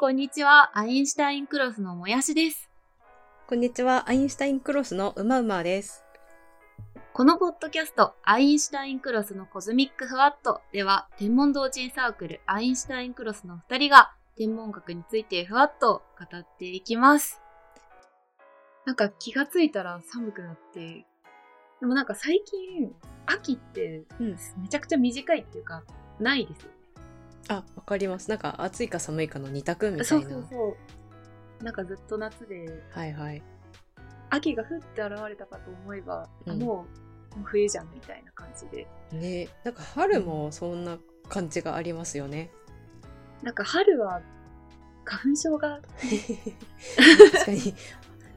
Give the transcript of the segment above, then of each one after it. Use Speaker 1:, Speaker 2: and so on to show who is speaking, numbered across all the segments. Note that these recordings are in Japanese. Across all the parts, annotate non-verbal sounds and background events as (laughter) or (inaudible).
Speaker 1: こんにちは、アインシュタインクロスのもやしです。
Speaker 2: こんにちは、アインシュタインクロスのうまうまです。
Speaker 1: このポッドキャスト、アインシュタインクロスのコズミックふわっとでは、天文同人サークル、アインシュタインクロスの2人が、天文学についてふわっと語っていきます。なんか気がついたら寒くなって、でもなんか最近、秋って
Speaker 2: うん。
Speaker 1: めちゃくちゃ短いっていうか、ないですよ
Speaker 2: あ、わかります。なんか暑いか寒いかの二択みたいな。
Speaker 1: そうそうそう。なんかずっと夏で、
Speaker 2: はいはい。
Speaker 1: 秋が降って現れたかと思えば、あ
Speaker 2: うん
Speaker 1: もうもう冬じゃんみたいな感じで。
Speaker 2: ね、なんか春もそんな感じがありますよね。
Speaker 1: なんか春は花粉症が、 (laughs)
Speaker 2: (laughs) 確かに。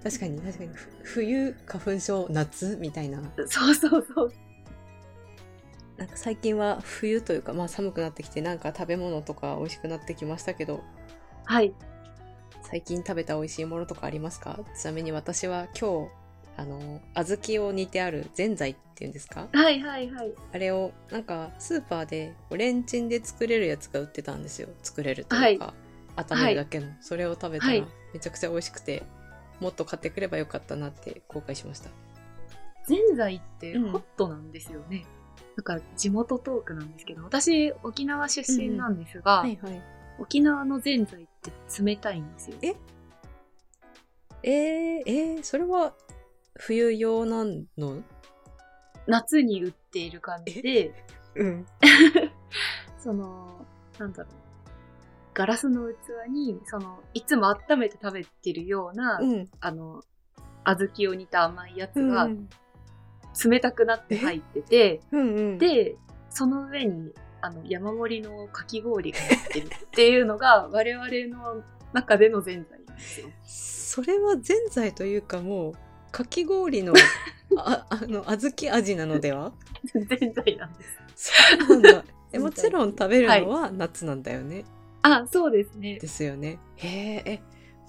Speaker 2: 確かに確かにふ冬花粉症夏みたいな
Speaker 1: そうそうそう。
Speaker 2: なんか最近は冬というかまあ寒くなってきてなんか食べ物とか美味しくなってきましたけど
Speaker 1: はい。
Speaker 2: 最近食べた美味しいものとかありますかちなみに私は今日あの小豆を煮てあるぜんざいっていうんですか
Speaker 1: はいはいはい。
Speaker 2: あれをなんかスーパーでレンチンで作れるやつが売ってたんですよ作れるというか、温めるだけの、それを食べた
Speaker 1: は
Speaker 2: ら
Speaker 1: い
Speaker 2: めちゃくちゃ美味しくてもっと買ってくればよかったなって後悔しました
Speaker 1: ぜんざいってホットなんですよね。なんか地元トークなんですけど、私沖縄出身なんですが、
Speaker 2: はいはい
Speaker 1: 沖縄のぜんざいって冷たいんですよ。
Speaker 2: ええー、えーそれは冬用なの
Speaker 1: 夏に売っている感じで、
Speaker 2: うん
Speaker 1: その、なんだろう。ガラスの器に、その、いつも温めて食べてるような、
Speaker 2: うん
Speaker 1: あの、小豆を煮た甘いやつ
Speaker 2: うんう
Speaker 1: が
Speaker 2: ん
Speaker 1: 冷たくなって入ってて、
Speaker 2: うん
Speaker 1: で、その上に、あの、山盛りのかき氷が入ってるっていうの
Speaker 2: (laughs)
Speaker 1: が、我々の中でのぜんざいなんですよ。
Speaker 2: それはぜんざいというかもうかき氷 (laughs) のああの小豆味なので (laughs) は
Speaker 1: ぜんざいなんです。
Speaker 2: そうなんだ
Speaker 1: ぜんざい
Speaker 2: えもちろん食べるのは夏なんだよね、
Speaker 1: あ、そうですね。
Speaker 2: ですよね。へーえ、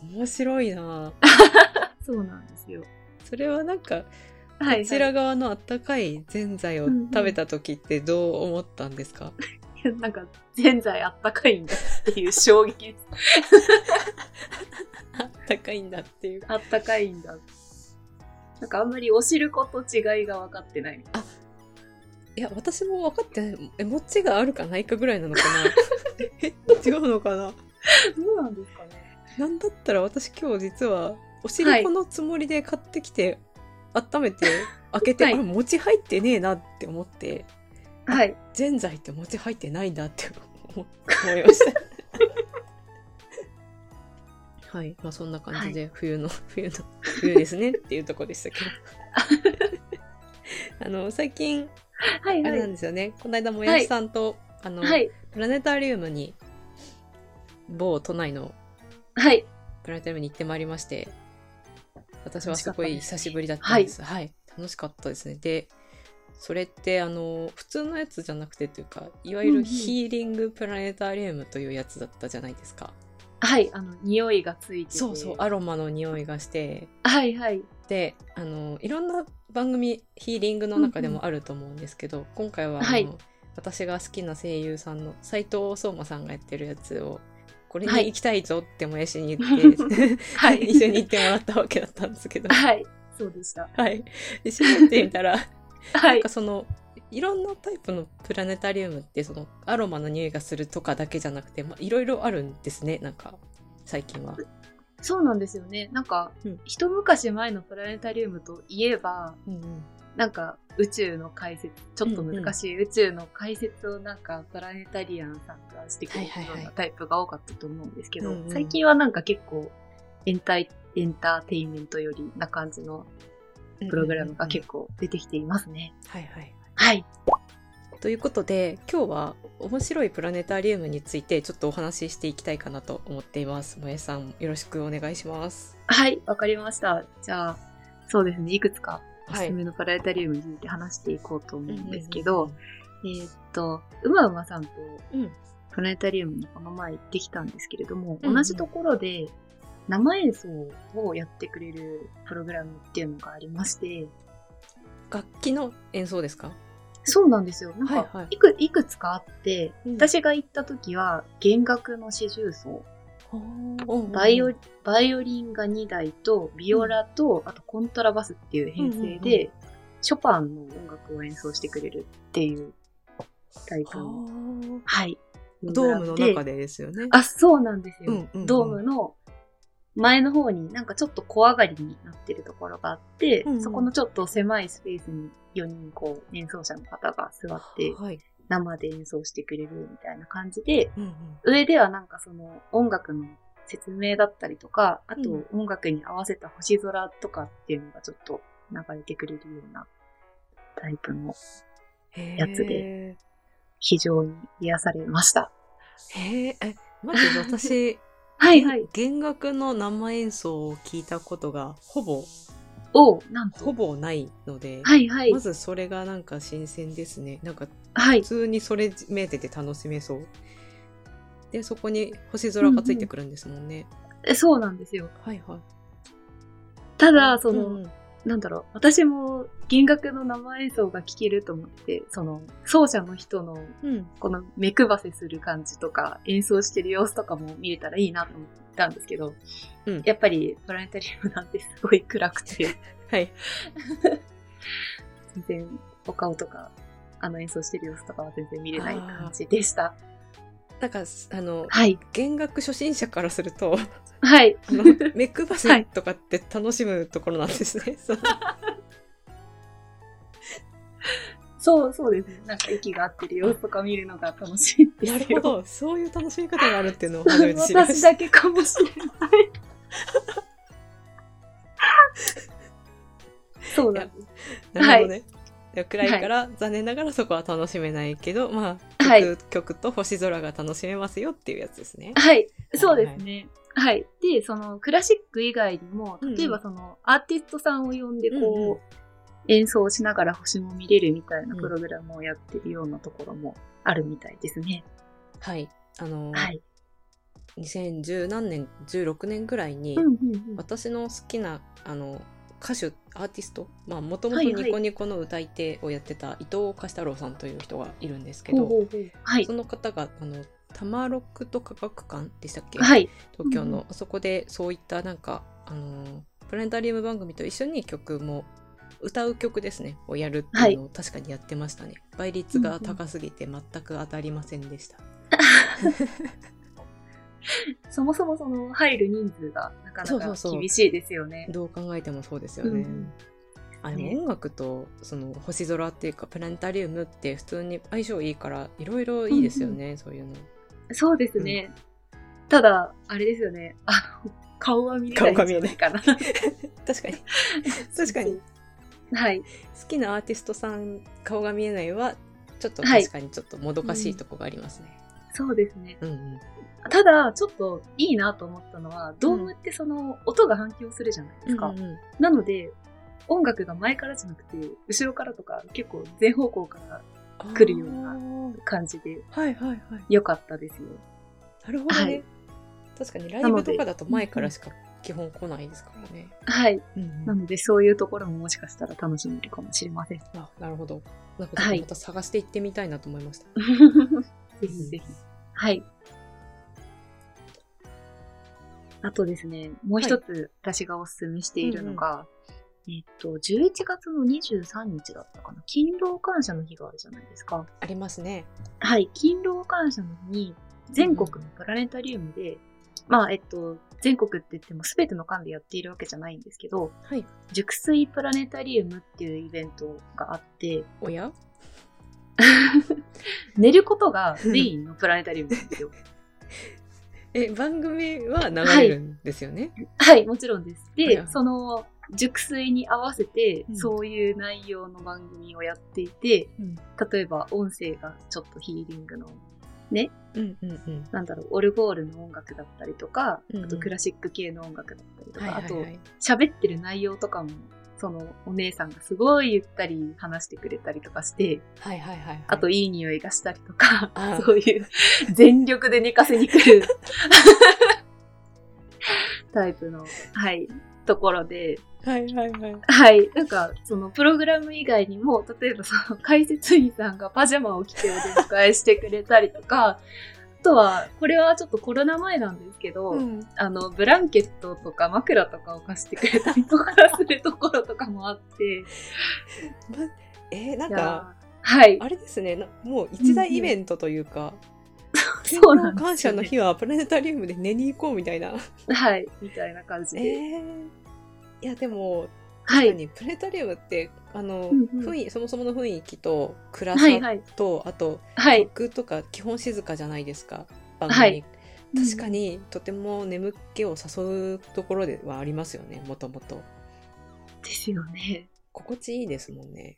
Speaker 2: 面白いな。
Speaker 1: そうなんですよ。
Speaker 2: それはなんか、
Speaker 1: はい、
Speaker 2: こちら側のあったかいぜんざいを食べた時ってどう思ったんですか、
Speaker 1: はいなんか、ぜんざいあったかいんだっていう衝撃です。
Speaker 2: あったかいんだっていう。
Speaker 1: あったかいんだ。なんかあんまりお汁粉と違いが分かってない。
Speaker 2: (laughs) いや、私も分かってない。え、もっちがあるかないかぐらいなのかな (laughs) え、違うのかな
Speaker 1: どうなん (laughs) ですかね。
Speaker 2: なんだったら私今日実は、お汁粉のつもりで買ってきて、温めて、開けて、
Speaker 1: は
Speaker 2: あ
Speaker 1: い
Speaker 2: れ餅入ってねえなって思って、
Speaker 1: はい。
Speaker 2: ぜんざいって餅入ってないんだって思思いました。はい、まあそんな感じで冬の、冬の冬ですねっていうとこでしたけ
Speaker 1: (laughs)
Speaker 2: ど。あの最近
Speaker 1: はい
Speaker 2: あ
Speaker 1: は。
Speaker 2: れないんですよね。この間もやしさんと、あの、
Speaker 1: はい。
Speaker 2: プラネタリウムに某都内の
Speaker 1: はい。
Speaker 2: プラネタリウムに行ってまいりまして、私はすごい久しぶりだったんです。はい、楽しかったですね。で、それってあの普通のやつじゃなくてというか、いわゆ
Speaker 1: うんう
Speaker 2: る
Speaker 1: ん
Speaker 2: ヒーリングプラネタリウムというやつだったじゃないですか。
Speaker 1: はい。あの、匂いがついてて。
Speaker 2: そうそう、アロマの匂いがして、
Speaker 1: はいはい。
Speaker 2: で、あのいろんな番組ヒーリングの中でもあると思うんですけど、今回はあの、
Speaker 1: はい
Speaker 2: 私が好きな声優さんの斉藤壮馬さんがやってるやつを。これに
Speaker 1: はい
Speaker 2: 行きたいぞってもやしに言って、 (laughs)
Speaker 1: はい。
Speaker 2: 一緒に行ってもらったわけだったんです (laughs) けど、
Speaker 1: はい。そうでした。
Speaker 2: はい。で、調べてみたら、
Speaker 1: は
Speaker 2: なん
Speaker 1: い
Speaker 2: か。その、いろんなタイプのプラネタリウムって、その、アロマの匂いがするとかだけじゃなくて、まあ、いろいろあるんですね、なんか、最近は。
Speaker 1: そうなんですよね。なんか、
Speaker 2: うん
Speaker 1: 一昔前のプラネタリウムといえば、なんか宇宙の解説、ちょっと難しい宇宙の解説をなんかプラネタリアンさんがしてくれる
Speaker 2: はいはい
Speaker 1: よ
Speaker 2: はいう
Speaker 1: なタイプが多かったと思うんですけど、
Speaker 2: うんうん
Speaker 1: 最近はなんか結構エンタイエンターテインメントよりな感じのプログラムが結構出てきていますね。
Speaker 2: 構。はいはい。
Speaker 1: はい。
Speaker 2: ということで、今日は面白いプラネタリウムについて、ちょっとお話ししていきたいかなと思っています。もえさん、よろしくお願いします。
Speaker 1: はい、わかりました。じゃあ、そうですね、いくつかお
Speaker 2: は
Speaker 1: す
Speaker 2: い
Speaker 1: すめのプラネタリウムについて話していこうと思うんですけ
Speaker 2: う
Speaker 1: ど
Speaker 2: ん、
Speaker 1: えーっと、うまうまさんと
Speaker 2: うんうん
Speaker 1: プラネタリウムにこの前行ってきたんですけれども、
Speaker 2: うんうん
Speaker 1: 同じところで生演奏をやってくれるプログラムっていうのがありまして、
Speaker 2: 楽器の演奏ですか
Speaker 1: そうなんですよ。なんか、
Speaker 2: はいいはい
Speaker 1: くいくつかあって、
Speaker 2: うん
Speaker 1: 私が行った時は弦楽の四重奏バイオバイオリンが2台とビオラと、あとコントラバスっていう編成で、ショパンの音楽を演奏してくれるっていうタイプの、はい。
Speaker 2: ドームの中でですよね。
Speaker 1: あ、そうなんです
Speaker 2: う
Speaker 1: よ。
Speaker 2: んうんうん
Speaker 1: ドームの前の方になんかちょっと小上がりになってるところがあって、
Speaker 2: うんうん
Speaker 1: そこのちょっと狭いスペースに4人こう演奏者の方が座って
Speaker 2: はい。
Speaker 1: 生で演奏してくれるみたいな感じで、
Speaker 2: うんうん
Speaker 1: 上ではなんかその音楽の説明だったりとか、あと
Speaker 2: うん
Speaker 1: 音楽に合わせた星空とかっていうのがちょっと流れてくれるようなタイプの
Speaker 2: へー
Speaker 1: やつで。非常に癒されました。
Speaker 2: へえ、え、待って、私、
Speaker 1: (laughs) はいはい。
Speaker 2: 弦楽の生演奏を聞いたことがほぼ、
Speaker 1: おうなん
Speaker 2: ほ
Speaker 1: と。
Speaker 2: ぼないので、
Speaker 1: はいはい
Speaker 2: ま。ずそれがなんか新鮮ですね。なんか
Speaker 1: は
Speaker 2: 普
Speaker 1: い。
Speaker 2: 通にそれ目でて楽しめそう。で、そこに星空がついてくるんですもんね。
Speaker 1: えそうなんですよ。
Speaker 2: はいはい。
Speaker 1: ただ、その、
Speaker 2: うんうん
Speaker 1: なんだろう、私も弦楽の生演奏が聴けると思って、その、奏者の人の
Speaker 2: うん、
Speaker 1: この目配せする感じとか、演奏してる様子とかも見れたらいいなと思ったんですけど、
Speaker 2: うん
Speaker 1: やっぱりプラネタリウムなんてすごい暗く
Speaker 2: (laughs)
Speaker 1: て、
Speaker 2: はい。
Speaker 1: 全然お顔とか、あの演奏してる様子とかは全然見れない感じで
Speaker 2: (laughs)
Speaker 1: した。
Speaker 2: だから、あの、
Speaker 1: はい。
Speaker 2: 弦楽初心者からすると、
Speaker 1: はい。
Speaker 2: あ
Speaker 1: (laughs)
Speaker 2: の、目配せとかって楽しむところなんです
Speaker 1: (laughs)
Speaker 2: ね。そう
Speaker 1: そう、そうです。なんか息が合ってる様子とか見るのが楽しいんです
Speaker 2: な
Speaker 1: よ。
Speaker 2: るほど。そういう楽しみ方があるっていうのを初めて知りま
Speaker 1: (laughs)
Speaker 2: し
Speaker 1: 私
Speaker 2: た。
Speaker 1: だけかもし
Speaker 2: (laughs)
Speaker 1: れない。そうなんです。
Speaker 2: なるほどね。暗いから、残念ながらそこは楽しめないけど、まあ、曲,、
Speaker 1: はい
Speaker 2: 曲と星空が楽しめますよっていうやつですね。
Speaker 1: はい、そうですね。はい。で、そのクラシック以外にも、
Speaker 2: うんうん
Speaker 1: 例えばそのアーティストさんを呼んで、こう、
Speaker 2: うんうん
Speaker 1: 演奏しながら星も見れるみたいな
Speaker 2: うん
Speaker 1: プログラムをやってるようなところもあるみたいですね。
Speaker 2: はい。あの、
Speaker 1: はい。
Speaker 2: 2010何年、16年ぐらいに、
Speaker 1: うんうんうん。
Speaker 2: 私の好きなあの歌手アーティストまあもともと
Speaker 1: はいはい
Speaker 2: ニコニコの歌い手をやってた伊藤貸太郎さんという人がいるんですけど、
Speaker 1: ほうほうほうはい
Speaker 2: そ。の方があのタマロックと科学館でしたっけ、
Speaker 1: はい。
Speaker 2: 東京
Speaker 1: うんう
Speaker 2: の
Speaker 1: ん
Speaker 2: あそこでそういったなんかあのプラネタリウム番組と一緒に曲も歌う曲ですねをやるっていうのを確かにやってましたね、倍率が高すぎて全く当たりませんでした、
Speaker 1: そもそもその入る人数がなか
Speaker 2: そうそ
Speaker 1: な
Speaker 2: うそ
Speaker 1: か
Speaker 2: う
Speaker 1: 厳しいですよね。
Speaker 2: どう考えてもそうですよね、
Speaker 1: うんうん
Speaker 2: あでも
Speaker 1: ね
Speaker 2: 音楽とその星空っていうかプラネタリウムって普通に相性いいからいろいろいいですよね、そういうの
Speaker 1: そうですね。ただ、あれですよね。あの、顔は見れないんじゃないかな。
Speaker 2: 確かに (laughs) 確かに
Speaker 1: (laughs) はい。
Speaker 2: 好きなアーティストさん顔が見えないはちょっと
Speaker 1: はい
Speaker 2: 確かにちょっともどかしいとこがありますね、
Speaker 1: そうですね。
Speaker 2: うんうん
Speaker 1: ただ、ちょっといいなと思ったのは、ドームってその、音が反響するじゃないですか。
Speaker 2: うんうん
Speaker 1: なので、音楽が前からじゃなくて、後ろからとか、結構全方向から
Speaker 2: うん
Speaker 1: 来るような
Speaker 2: あー
Speaker 1: 感じで、
Speaker 2: はいはいはい
Speaker 1: 良かったですよ。
Speaker 2: なるほどね、
Speaker 1: はい
Speaker 2: 確かにラ
Speaker 1: な
Speaker 2: イ
Speaker 1: の
Speaker 2: ブ
Speaker 1: で
Speaker 2: とかだと前からしか基本来ないですからね、
Speaker 1: はい。
Speaker 2: うんうん
Speaker 1: なので、そういうところももしかしたら楽しめるかもしれません。
Speaker 2: あなるほどなんかちょっとまた探していってみたいなと思いました、
Speaker 1: (laughs) ぜひぜひ。はい。あとですね、もう一つ私がおすすめしているのが、えっと、11月の23日だったかな。勤労感謝の日があるじゃないですか。
Speaker 2: ありますね
Speaker 1: はい。勤労感謝の日に、全国のプラネタリウムで、まあ、えっと、全国って言っても全ての館でやっているわけじゃないんですけど、
Speaker 2: はい
Speaker 1: 熟睡プラネタリウムっていうイベントがあって、
Speaker 2: おや
Speaker 1: 寝ることがメインのプラネタリウムなん
Speaker 2: (laughs)
Speaker 1: ですよ。
Speaker 2: え番組は流れるんですよね。
Speaker 1: はい、もちろんです。
Speaker 2: はい
Speaker 1: で、
Speaker 2: はい
Speaker 1: その熟睡に合わせて、
Speaker 2: うん
Speaker 1: そういう内容の番組をやっていて、
Speaker 2: うん
Speaker 1: 例えば音声がちょっとヒーリングの、
Speaker 2: うんうんうん。
Speaker 1: なんだろう、オルゴールの音楽だったりとか、
Speaker 2: うんうん
Speaker 1: あとクラシック系の音楽だったりとか、
Speaker 2: はいはいは
Speaker 1: あ
Speaker 2: い。
Speaker 1: と喋ってる内容とかも、そのお姉さんがすごいゆったり話してくれたりとかして、
Speaker 2: はいはいはいはい。
Speaker 1: あといい匂いがしたりとか
Speaker 2: あ、
Speaker 1: そういう全力で寝かせに来るタイプの、はい、ところで、
Speaker 2: はいはいはい。
Speaker 1: はい。なんか、そのプログラム以外にも、例えばその解説員さんがパジャマを着てお出迎えしてくれたりとか、とは、これはちょっとコロナ前なんですけど、
Speaker 2: うん、
Speaker 1: あの、ブランケットとか枕とかを貸してくれたりとかするところとかもあって、
Speaker 2: えーなん
Speaker 1: いや
Speaker 2: か
Speaker 1: はい。
Speaker 2: あれですねなもう一大イベントというか、勤
Speaker 1: そうなん
Speaker 2: 労
Speaker 1: ですよね
Speaker 2: 感謝の日はプラネタリウムで寝に行こうみたいな。
Speaker 1: はい。みたいな感じ
Speaker 2: え
Speaker 1: で。
Speaker 2: ーいやでも
Speaker 1: は
Speaker 2: 確か
Speaker 1: い。
Speaker 2: にプラネタリウムってあの、
Speaker 1: うんうん
Speaker 2: 雰囲そもそもの雰囲気と暗さ
Speaker 1: はいはい。
Speaker 2: と、あと
Speaker 1: はい。
Speaker 2: 曲とか基本静かじゃないですか番組、
Speaker 1: はい
Speaker 2: 確かにとても眠気を誘うところではありますよねもともと
Speaker 1: うん。ですよね。
Speaker 2: 心地いいですもんね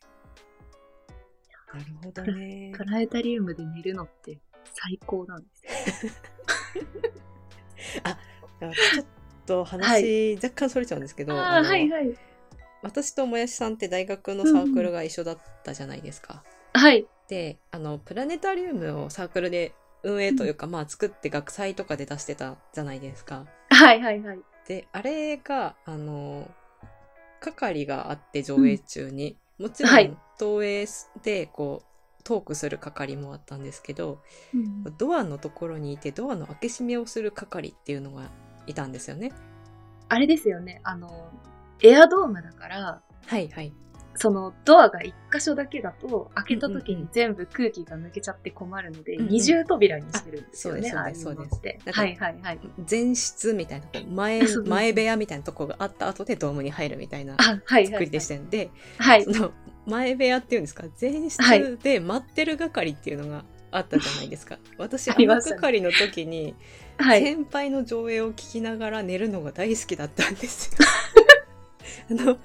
Speaker 2: なるほどね
Speaker 1: プラネタリウムで寝るのって最高なんですよ。
Speaker 2: あちょっと話、若干それちゃうんですけど
Speaker 1: あ
Speaker 2: あ
Speaker 1: あ、
Speaker 2: の
Speaker 1: はいはい。
Speaker 2: 私ともやしさんって大学のサークルが一緒だったじゃないですか、
Speaker 1: はい。
Speaker 2: であのプラネタリウムをサークルで運営というか、まあ作って学祭とかで出してたじゃないですか
Speaker 1: はいはいはい。
Speaker 2: であれがあの係があって上映中に、もちろん、
Speaker 1: はい
Speaker 2: 東映でこうトークする係もあったんですけど
Speaker 1: うん
Speaker 2: ドアのところにいてドアの開け閉めをする係っていうのがいたんですよね
Speaker 1: あれですよね。あの、エアドームだから、
Speaker 2: はいはい
Speaker 1: そのドアが一箇所だけだと、開けた時
Speaker 2: うんうんう
Speaker 1: に
Speaker 2: ん
Speaker 1: 全部空気が抜けちゃって困るので、
Speaker 2: うんうん
Speaker 1: 二重扉にしてるんですよね。
Speaker 2: あそうです
Speaker 1: ああいのっ
Speaker 2: そう
Speaker 1: て
Speaker 2: です
Speaker 1: はいはいはい。
Speaker 2: 前室みたいなこう前
Speaker 1: (laughs) そうそうそう
Speaker 2: 前部屋みたいなとこがあった後でドームに入るみたいな
Speaker 1: あ、はいは
Speaker 2: 作
Speaker 1: い、
Speaker 2: りでしたんで、
Speaker 1: はい。
Speaker 2: その前部屋っていうんですか前
Speaker 1: は
Speaker 2: 室で待ってる係っていうのがあったじゃないですか、私
Speaker 1: あ
Speaker 2: あ
Speaker 1: り
Speaker 2: の
Speaker 1: ましたね
Speaker 2: 係の時に
Speaker 1: はい。
Speaker 2: 先輩の上映を聞きながら寝るのが大好きだったんです
Speaker 1: (laughs)
Speaker 2: よ。あの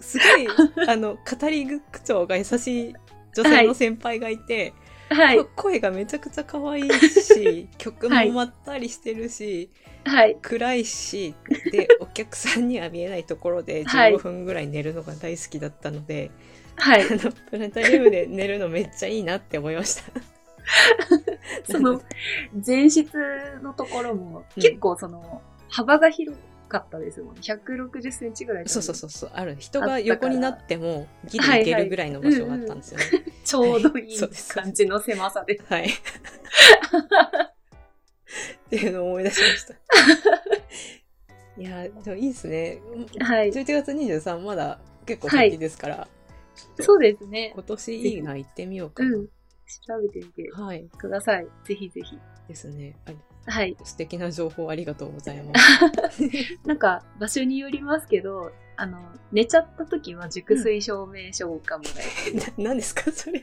Speaker 2: すごいあの語り口調が優しい女性の先輩がいて、
Speaker 1: はい。
Speaker 2: 声がめちゃくちゃ可愛い
Speaker 1: (laughs)
Speaker 2: し曲
Speaker 1: はい
Speaker 2: もまったりしてるし、
Speaker 1: はい。
Speaker 2: 暗いしでお客さんには見えないところで
Speaker 1: はい
Speaker 2: 15分ぐらい寝るのが大好きだったので、 (laughs)
Speaker 1: はい。。
Speaker 2: あのプラネタリウムで寝るのめっちゃいいなって思いました
Speaker 1: その前室のところも、
Speaker 2: うん
Speaker 1: 結構その、幅が広かったですもんね。160センチぐらい。。
Speaker 2: (laughs) そうそうそううそうある人が横になってもギリいけるぐらいの場所があったんですよね。
Speaker 1: ちょうどいい
Speaker 2: そうです
Speaker 1: 感じの狭さで。
Speaker 2: はい。っていうのを思い出しました。いやでもいいですね。
Speaker 1: はい。
Speaker 2: 11月23まだ結構先ですから、
Speaker 1: そうですね。
Speaker 2: 今年いいな行ってみようか
Speaker 1: う
Speaker 2: な。
Speaker 1: ん。調べてみて
Speaker 2: はい
Speaker 1: ください。ぜひぜひ。
Speaker 2: ですね。あ
Speaker 1: はい。
Speaker 2: 素敵な情報ありがとうございます。 (laughs)
Speaker 1: なんか、場所によりますけど、あの、寝ちゃった時は熟睡証明書がもらえる
Speaker 2: な何ですかそれ。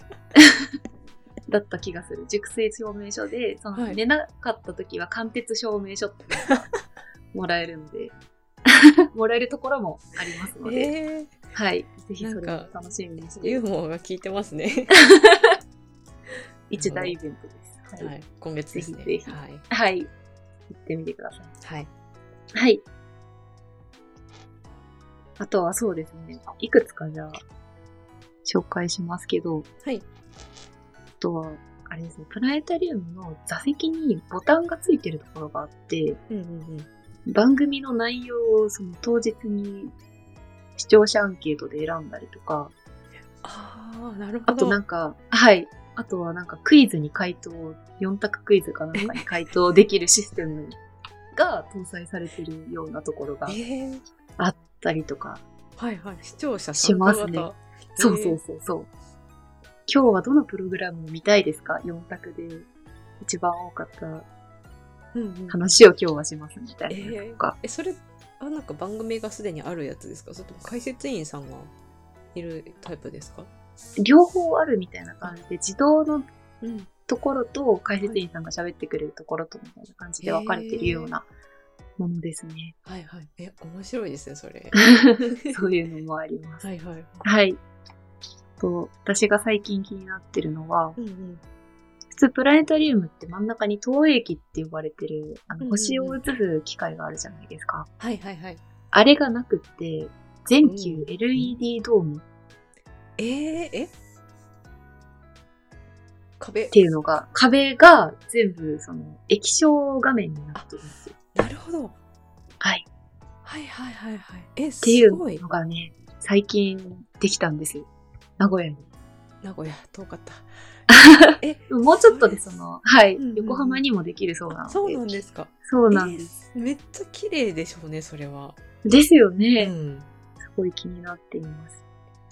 Speaker 1: だった気がする。熟睡証明書で、その、
Speaker 2: はい
Speaker 1: 寝なかった時は貫徹証明書っていうのがもらえるの
Speaker 2: (laughs)
Speaker 1: で、もらえるところもありますので、
Speaker 2: え
Speaker 1: はい。ぜひそれ
Speaker 2: な
Speaker 1: も
Speaker 2: んか
Speaker 1: 楽しみにし
Speaker 2: ー、ユー
Speaker 1: て、
Speaker 2: モアが効いてますね。
Speaker 1: 一大イベントです。は。
Speaker 2: はいい、今月ですね。
Speaker 1: ぜひぜひ
Speaker 2: はい。
Speaker 1: はい。行ってみてください。
Speaker 2: はい。
Speaker 1: はい。あとはそうですね。いくつかじゃあ、紹介しますけど。
Speaker 2: はい。
Speaker 1: あとは、あれですね、プラネタリウムの座席にボタンがついてるところがあって、
Speaker 2: うんうんうん。
Speaker 1: 番組の内容をその当日に視聴者アンケートで選んだりとか、
Speaker 2: ああ、なるほど。
Speaker 1: あとなんか、はい。あとはなんかクイズに回答、4択クイズかなんかに回答できるシステムが搭載されてるようなところがあ
Speaker 2: え
Speaker 1: っ
Speaker 2: ー、
Speaker 1: たりとか、
Speaker 2: はいはい。視聴者
Speaker 1: し
Speaker 2: 参
Speaker 1: ます
Speaker 2: 加
Speaker 1: ね
Speaker 2: 型。
Speaker 1: そうそうそうそう。今日はどのプログラムを見たいですか ?4 択で一番多かった
Speaker 2: うんうん
Speaker 1: 話を今日はしますみたいなのとか。
Speaker 2: えそれあなんか番組がすでにあるやつですかそれとも解説員さんがいるタイプですか
Speaker 1: 両方あるみたいな感じで、自動の
Speaker 2: うん
Speaker 1: ところと解説員さんが喋ってくれるところとみたいな感じで分かれてるようなものですね。
Speaker 2: はいはいえ面白いですね
Speaker 1: (laughs)
Speaker 2: それ
Speaker 1: そういうのもあります。
Speaker 2: はいはい
Speaker 1: はい。と、私が最近気になってるのは、
Speaker 2: うんうん
Speaker 1: 普通プラネタリウムって真ん中に投影機って呼ばれてる、あ
Speaker 2: うんうん
Speaker 1: の、
Speaker 2: うん
Speaker 1: 星を映す機械があるじゃないですか。
Speaker 2: はいはいはい
Speaker 1: あれがなくって、全球 LED ドームっ
Speaker 2: えー、え壁
Speaker 1: ていうのが、壁が全部その液晶画面になってるんですよ。
Speaker 2: なるほど
Speaker 1: はい。
Speaker 2: はいはいはいはいえ
Speaker 1: ってい
Speaker 2: すごいう
Speaker 1: のがね、最近できたんですよ。名古屋に。
Speaker 2: 名古屋遠かったえ、
Speaker 1: もうちょっとでそう
Speaker 2: そです
Speaker 1: の、はい、
Speaker 2: うんうんうん
Speaker 1: 横浜にもできるそうなので。
Speaker 2: そうなんですか。
Speaker 1: そうなんです。
Speaker 2: えーめっちゃ綺麗でしょうね、それは。
Speaker 1: ですよ
Speaker 2: う
Speaker 1: ね。
Speaker 2: ん。
Speaker 1: すごい気になっています。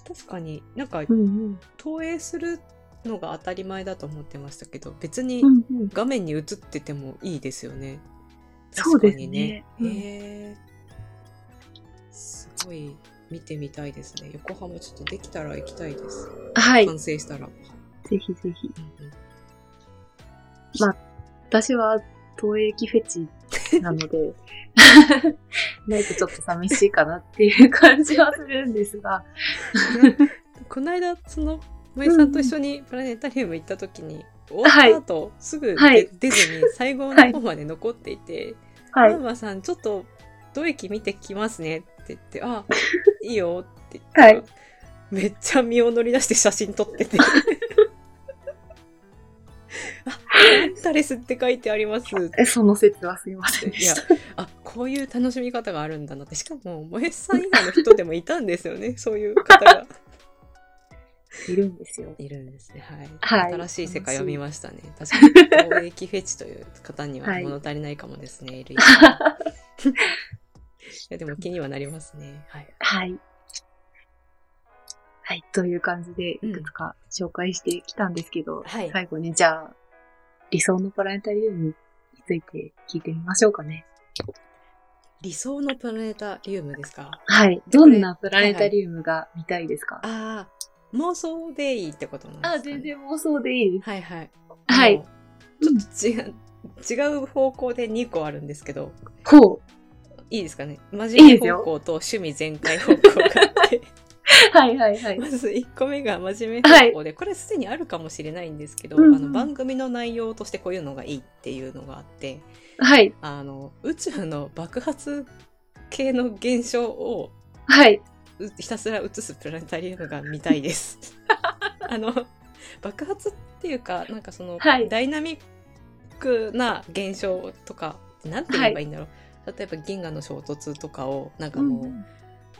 Speaker 2: 確かになんか
Speaker 1: うんうん。
Speaker 2: 投影するのが当たり前だと思ってましたけど、別に
Speaker 1: うんうん。
Speaker 2: 画面に映っててもいいですよね。
Speaker 1: そうです
Speaker 2: 確かに
Speaker 1: ね
Speaker 2: ねへえすごい見てみたいですね。横浜ちょっとできたら行きたいです。
Speaker 1: はい。
Speaker 2: 完成したら。
Speaker 1: ぜひぜひ。
Speaker 2: うんうん
Speaker 1: 私は、投影機フェチなの (laughs) で、ないとちょっと寂しいかなっていう感じはするんですが、
Speaker 2: この間その萌えさんと一緒にプラネタリウム行った時に、終わっ
Speaker 1: はい
Speaker 2: た後すぐで、
Speaker 1: はい
Speaker 2: 出ずに最後の方まで残っていて「
Speaker 1: はい
Speaker 2: マ。ンマさんちょっとド駅見てきますね」って言って「あいいよ」って言ったら、
Speaker 1: (laughs) はい
Speaker 2: めっちゃ身を乗り出して写真撮って (laughs) て。あタレスって書いてありますって
Speaker 1: えその説はすいませんで
Speaker 2: いや
Speaker 1: した。
Speaker 2: あこういう楽しみ方があるんだなってしかも萌えさん以外の人でもいたんです
Speaker 1: (laughs)
Speaker 2: よねそういう方が
Speaker 1: (laughs) いるんですよ。
Speaker 2: いるんですね。はい。
Speaker 1: はい
Speaker 2: 新しい世界を見ましたね。確かに。貿易フェチという方には
Speaker 1: はい
Speaker 2: 物足りないかもですね。
Speaker 1: (laughs)
Speaker 2: いるいやでも気にはなりますね。はい。
Speaker 1: はい。はい、という感じで、いくつか紹介してきたんですけど、
Speaker 2: はい
Speaker 1: 最後にじゃあ、理想のプラネタリウムについて聞いてみましょうかね。
Speaker 2: 理想のプラネタリウムですか
Speaker 1: はい。どんなプラネタリウムが見たいですか、
Speaker 2: ああ、妄想でいいってことなんですか、ね、
Speaker 1: あ、全。然妄想でいいです。
Speaker 2: はいはい。
Speaker 1: はい
Speaker 2: あの。ちょっと違う、違う方向で2個あるんですけど、
Speaker 1: こう。
Speaker 2: いいですかね真面
Speaker 1: いいです
Speaker 2: 目
Speaker 1: よ
Speaker 2: 方向と趣味全開方向が
Speaker 1: (laughs)
Speaker 2: あって。
Speaker 1: はいはいはい。
Speaker 2: まず1個目が真面目方向で、これすでにあるかもしれないんですけど、
Speaker 1: うんうん
Speaker 2: あの番組の内容としてこういうのがいいっていうのがあって
Speaker 1: はい。
Speaker 2: あの宇宙の爆発系の現象を
Speaker 1: はい。
Speaker 2: うひたすら映すプラネタリウムが見たいです。 (laughs) あの爆発っていうかなんかその、
Speaker 1: はい
Speaker 2: ダイナミックな現象とかなんて言えばいいんだろう、例えば銀河の衝突とかをなんかもう、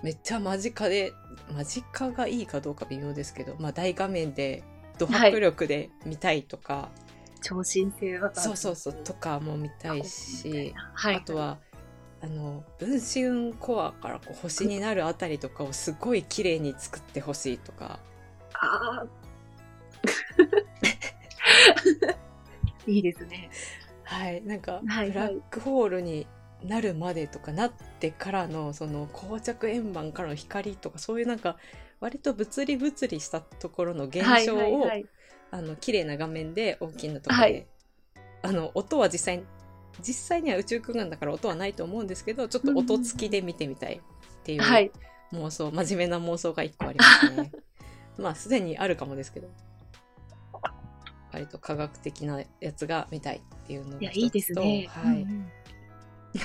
Speaker 2: めっちゃ間近で間近がいいかどうか微妙ですけど、まあ、大画面でド迫力で見たいとか、
Speaker 1: 超新星だから。
Speaker 2: そうそうそうとかも見たいし、
Speaker 1: はい。
Speaker 2: あとはあの分子雲コアからこう星になるあたりとかをすごい綺麗に作ってほしいとか
Speaker 1: あーいいですね。
Speaker 2: はいなんか
Speaker 1: はいはい
Speaker 2: ブラックホールになるまでとかなってからのその膠着円盤からの光とかそういうなんか割と物理物理したところの現象を、
Speaker 1: はいはいはい、
Speaker 2: あの綺麗な画面で大きなところで、
Speaker 1: はい
Speaker 2: あの音は実際実際には宇宙空間だから音はないと思うんですけどちょっと音付きで見てみたいっていう
Speaker 1: はい。
Speaker 2: 妄想、真面目な妄想が1個ありますね (laughs) まあすでにあるかもですけど割と科学的なやつが見たいっていうのが
Speaker 1: いや、
Speaker 2: 一つと
Speaker 1: いいですね。
Speaker 2: はい
Speaker 1: うんうん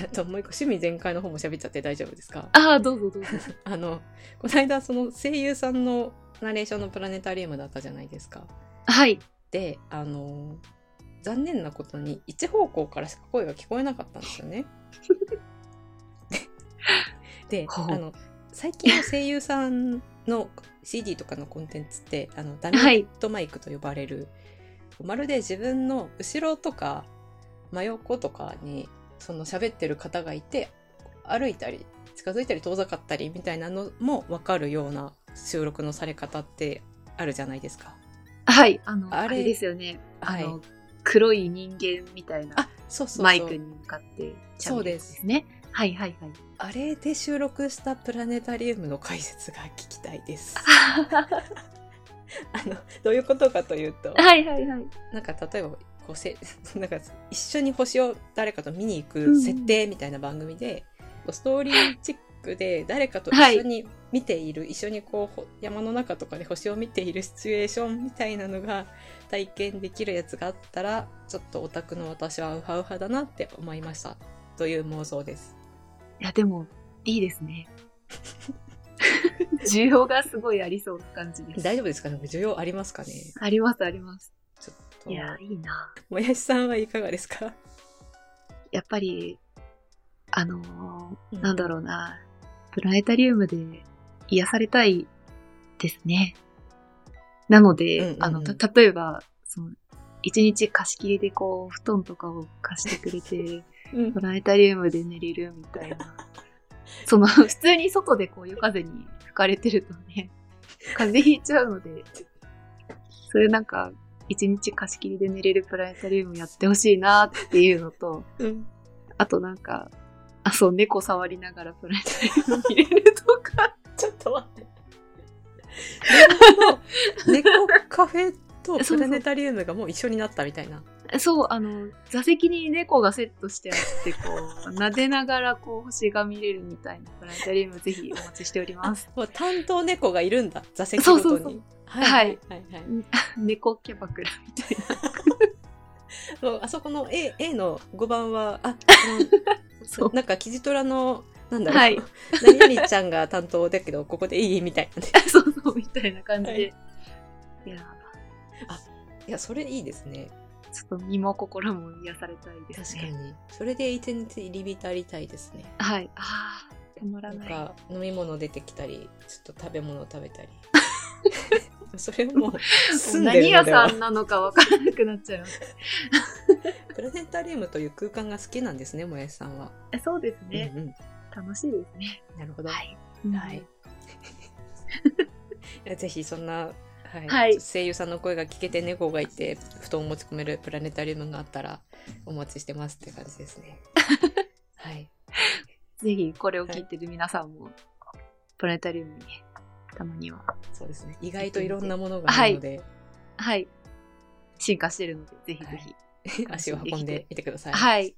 Speaker 2: あともう一個趣味全開の方も喋っちゃって大丈夫ですか
Speaker 1: ああ、どうぞどうぞ。
Speaker 2: あのこの間その声優さんのナレーションのプラネタリウムだったじゃないですか
Speaker 1: はい。
Speaker 2: であの残念なことに一方向からしか声が聞こえなかったんです
Speaker 1: (laughs)
Speaker 2: よね。で
Speaker 1: ほう
Speaker 2: あの最近の声優さんの CD とかのコンテンツってあのダミ
Speaker 1: はい
Speaker 2: ーットマイクと呼ばれる、まるで自分の後ろとか真横とかにその喋ってる方がいて歩いたり近づいたり遠ざかったりみたいなのも分かるような収録のされ方ってあるじゃないですか。
Speaker 1: はい。あの、
Speaker 2: あれ
Speaker 1: あれですよね。あ
Speaker 2: はい
Speaker 1: の、黒い人間みたいな
Speaker 2: あそうそうそう
Speaker 1: マイクに向かってしゃべるやつですね。はいはい (laughs) はい。
Speaker 2: あれで収録したプラネタリウムの解説が聞きたいです。 (laughs) あのどういうことかというと、
Speaker 1: はいはいはい。
Speaker 2: なんか例えばこうせ (laughs) なんか一緒に星を誰かと見に行く設定みたいな番組で、こうストーリーチックで誰かと一緒に見ている、一緒にこうほ山の中とかで星を見ているシチュエーションみたいなのが体験できるやつがあったらちょっとオタクの私はウハウハだなって思いましたという妄想です。
Speaker 1: いや、でも、いいですね。 (laughs) 需要がすごいありそうな感じです。
Speaker 2: 大丈夫ですかね需要ありますかね
Speaker 1: ありますあります。
Speaker 2: ちょっと
Speaker 1: いや、いいな。
Speaker 2: もやしさんはいかがですか、
Speaker 1: やっぱり、あのーなんだ
Speaker 2: ろ
Speaker 1: ろうな、プラネタリウムで癒されたいですね。なので、
Speaker 2: うんうんうん
Speaker 1: あの、た例えば、そう。一日貸し切りでこう、布団とかを貸してくれて、
Speaker 2: うん
Speaker 1: プラネタリウムで寝れるみたい (laughs) な。その、普通に外でこう夜風に吹かれてるとね、風邪ひいちゃうので、そういうなんか、一日貸し切りで寝れるプラネタリウムやってほしいなっていうのと、
Speaker 2: うん
Speaker 1: あとなんか、あ、そう、猫触りながらプラネタリウム見れるとか、
Speaker 2: ちょっと待
Speaker 1: (laughs)
Speaker 2: って。猫の猫カフェとプラネタリウムがもう一緒になったみたいな。
Speaker 1: そう、あの、座席に猫がセットしてあって、こう、撫でながらこう、星が見れるみたいなプラネタリウムぜひお待ちしており (laughs) ます。
Speaker 2: もう担当猫がいるんだ、座席ごとに。
Speaker 1: そうそうそう
Speaker 2: はい。はいはい
Speaker 1: 猫キャバクラみたいな。
Speaker 2: もうあそこの A, A の5番は、あ、あ
Speaker 1: (laughs) そ
Speaker 2: の
Speaker 1: う
Speaker 2: なんかキジトラの、なんだろう、
Speaker 1: はい
Speaker 2: (laughs) 何々ちゃんが担当だけど、ここでいいみたいなね。
Speaker 1: そうそう、みたいな感じで。
Speaker 2: はい
Speaker 1: い、や
Speaker 2: いや、それいいですね。
Speaker 1: ー、ちょっと身も心も癒されたいで
Speaker 2: 確
Speaker 1: す
Speaker 2: か
Speaker 1: ね。
Speaker 2: に。それで一日入り浸りたいですね。
Speaker 1: はい。あー、たまら
Speaker 2: なん
Speaker 1: ない。
Speaker 2: か飲み物出てきたり、ちょっと食べ物食べ
Speaker 1: (laughs)
Speaker 2: たり。それもう住んで
Speaker 1: 何
Speaker 2: るの
Speaker 1: 屋
Speaker 2: で
Speaker 1: さ
Speaker 2: は
Speaker 1: んなのかわからなくなっ
Speaker 2: (laughs)
Speaker 1: ちゃいます。
Speaker 2: プラネタリウムという空間が好きなんですねもやしさんは、
Speaker 1: えそうですね。
Speaker 2: うんうん
Speaker 1: 楽しいですね。
Speaker 2: なるほど
Speaker 1: はいは
Speaker 2: はい。いやぜひそんな、はい
Speaker 1: はい
Speaker 2: 声優さんの声が聞けて猫がいて布団を持ち込めるプラネタリウムがあったらお待ちしてますって感じです
Speaker 1: (laughs)
Speaker 2: ねはい
Speaker 1: ぜひ、これを聞いてる皆さんも、プラネタリウムに、たまには。
Speaker 2: そうですね意外といろんなものが
Speaker 1: は
Speaker 2: あ
Speaker 1: い
Speaker 2: るので、
Speaker 1: はい。進化してるので、ぜひぜひ。
Speaker 2: 足を運んでみてください、
Speaker 1: はい。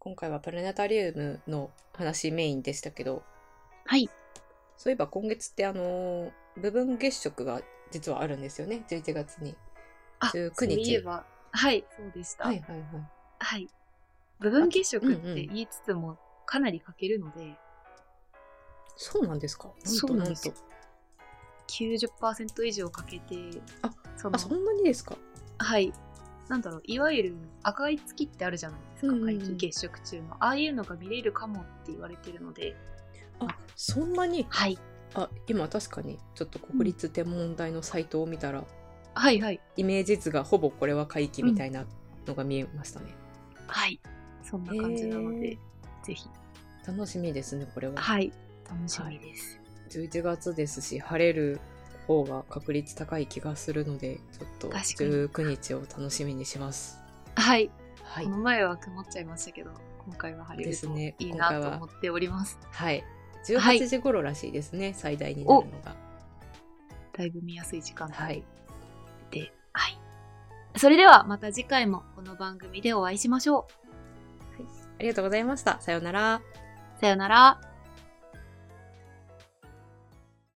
Speaker 2: 今回はプラネタリウムの話メインでしたけど
Speaker 1: はい。
Speaker 2: そういえば今月ってあのー部分月食が実はあるんですよね11月に
Speaker 1: あ、
Speaker 2: 19
Speaker 1: そういえ
Speaker 2: 日
Speaker 1: ば、はい、そうでした。
Speaker 2: はいはいはい
Speaker 1: はい。部分月食って
Speaker 2: あうんうん
Speaker 1: 言いつつも、かなり欠けるので、
Speaker 2: そうなんですかなんと
Speaker 1: そうなん
Speaker 2: な
Speaker 1: で
Speaker 2: ん
Speaker 1: す
Speaker 2: と
Speaker 1: よ90%以上かけて、
Speaker 2: あ
Speaker 1: その
Speaker 2: あそんなにですか
Speaker 1: はい。なんだろう、いわゆる赤い月ってあるじゃないですか、
Speaker 2: うんうんうん
Speaker 1: 皆既月食中の。ああいうのが見れるかもって言われてるので、
Speaker 2: あそんなに
Speaker 1: はい。
Speaker 2: あ今確かにちょっと国立天文台のサイトを見たら、
Speaker 1: はいはい。
Speaker 2: イメージ図がほぼこれは回帰みたいなのが見えましたね、
Speaker 1: はい。そんな感じなの
Speaker 2: へ
Speaker 1: で、ぜひ。
Speaker 2: 楽しみですねこれは、
Speaker 1: はい。楽しみです。
Speaker 2: 11月ですし晴れる方が確率高い気がするのでちょっと
Speaker 1: 確か
Speaker 2: 19日を楽しみにします
Speaker 1: はい。
Speaker 2: はい
Speaker 1: この前は曇っちゃいましたけど、今回は晴れる
Speaker 2: です
Speaker 1: と
Speaker 2: ね
Speaker 1: いい
Speaker 2: 今回
Speaker 1: な
Speaker 2: は
Speaker 1: と思っております。
Speaker 2: はい
Speaker 1: はい
Speaker 2: 18時頃らしいですね、最大になるのが
Speaker 1: だいぶ見やすい時間帯
Speaker 2: はい
Speaker 1: で、はい。それではまた次回もこの番組でお会いしましょ
Speaker 2: ありがとうございましたさようなら
Speaker 1: う。さよなら。